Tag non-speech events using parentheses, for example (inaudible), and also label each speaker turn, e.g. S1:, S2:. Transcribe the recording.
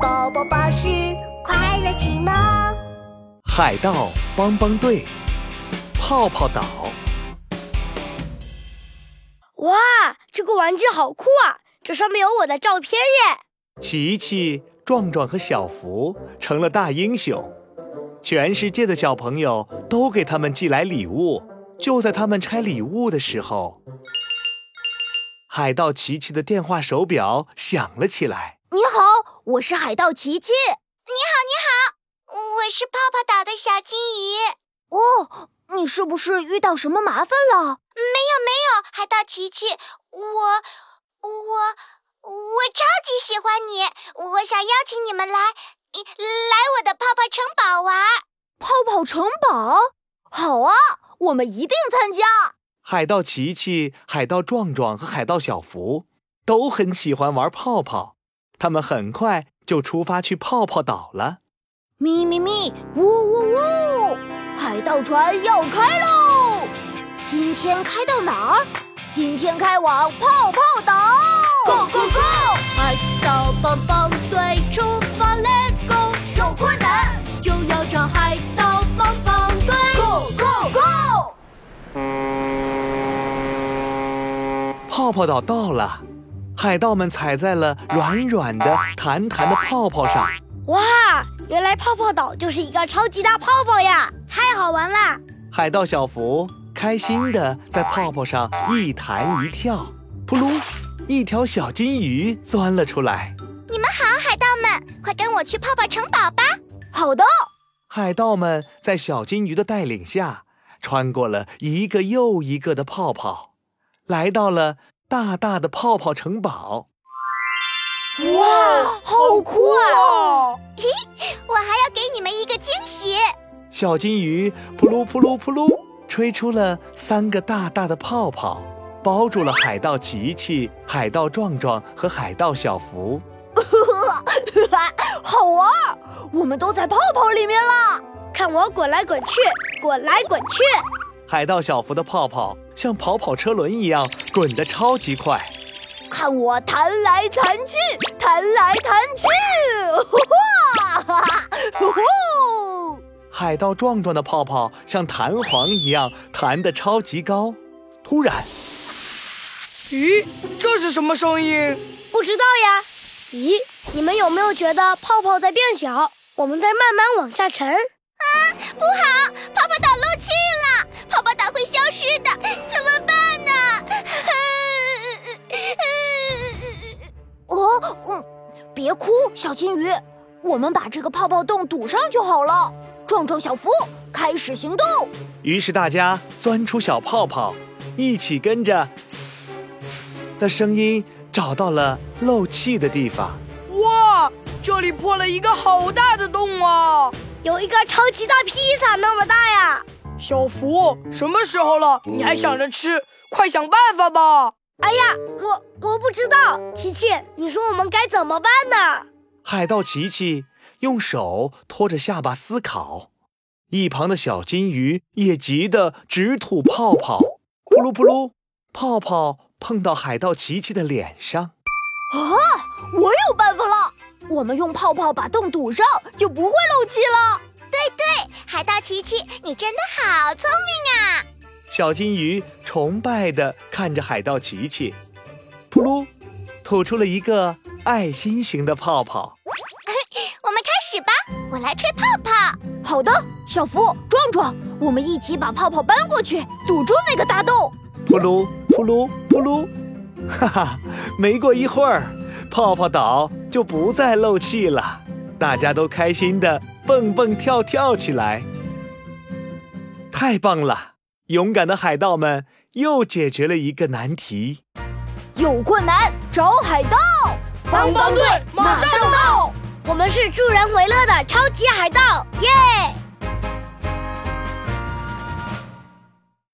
S1: 宝宝巴士快乐启蒙。
S2: 海盗帮帮队，泡泡岛，
S3: 哇，这个玩具好酷啊！这上面有我的照片耶！
S2: 琪琪、壮壮和小福成了大英雄。全世界的小朋友都给他们寄来礼物。就在他们拆礼物的时候，海盗琪琪的电话手表响了起来。
S4: 你好，我是海盗琪琪。
S1: 我是泡泡岛的小金鱼，
S4: 哦，你是不是遇到什么麻烦了？
S1: 哦，海盗琪琪，我我我超级喜欢你，我想邀请你们来嗯来我的泡泡城堡玩。
S4: 泡泡城堡？好啊，我们一定参加。
S2: 海盗琪琪、海盗壮壮和海盗小福都很喜欢玩泡泡，他们很快就出发去泡泡岛了。
S4: 咪咪咪，呜呜呜，海盗船要开喽！今天开到哪儿？今天开往泡泡岛！Go go go！海盗帮帮队出发，Let's go！有困难就要找海盗帮帮队！Go go go！
S2: 泡泡岛到了，海盗们踩在了软软的、弹弹的泡泡上。
S3: 哇，原来泡泡岛就是一个超级大泡泡呀！太好玩啦！
S2: 海盗小福开心地在泡泡上一弹一跳，扑噜，一条小金鱼钻了出来。
S1: 你们好，海盗们，快跟我去泡泡城堡吧！
S4: 好的，
S2: 海盗们在小金鱼的带领下，穿过了一个又一个的泡泡，来到了大大的泡泡城堡。
S4: 哇，好酷啊！
S1: 我还要给你们一个惊喜。
S2: 小金鱼扑噜扑噜扑噜，吹出了三个大大的泡泡，包住了海盗琪琪、海盗壮壮和海盗小福。
S4: 好玩儿，我们都在泡泡里面了。
S3: 看我滚来滚去，滚来滚去！
S2: 海盗小福的泡泡像跑跑车轮一样滚得超级快。
S4: 看我弹来弹去，弹来弹去，哇哈哈，呼！
S2: 海盗壮壮的泡泡像弹簧一样弹得超级高。突然，
S5: 咦，这是什么声音？
S3: 不知道呀？咦，你们有没有觉得泡泡在变小？我们在慢慢往下沉。
S1: 啊不好，泡泡岛漏气了，泡泡岛会消失的，怎么办呢？
S3: (laughs)
S4: 哦，嗯，别哭，小金鱼，我们把这个泡泡洞堵上就好了。壮壮、小福，开始行动！
S2: 于是大家钻出小泡泡，一起跟着“呲呲”的声音找到了漏气的地方。
S5: 哇，这里破了一个好大的洞啊！
S3: 有一个超级大披萨那么大呀！
S5: 小福，什么时候了？你还想着吃？快想办法吧！
S3: 哎呀，我我不知道，琪琪，你说我们该怎么办呢？
S2: 海盗琪琪用手托着下巴思考，一旁的小金鱼也急得直吐泡泡，扑噜扑噜，泡泡碰到海盗琪琪的脸上。
S4: 我有办法了，我们用泡泡把洞堵上，就不会漏气了。
S1: 海盗琪琪，你真的好聪明啊！
S2: 小金鱼崇拜地看着海盗琪琪，扑噜，吐出了一个爱心型的泡泡。
S1: 我们开始吧，我来吹泡泡。
S4: 好的，小福、壮壮，我们一起把泡泡搬过去，堵住那个大洞。
S2: 扑噜扑噜扑噜，哈哈！没过一会儿，泡泡岛就不再漏气了，大家都开心的蹦蹦跳跳起来。太棒了！勇敢的海盗们又解决了一个难题。
S4: 有困难找海盗，
S3: 帮帮队马上
S4: 到。
S3: 我们是助人为乐的超级海盗，耶、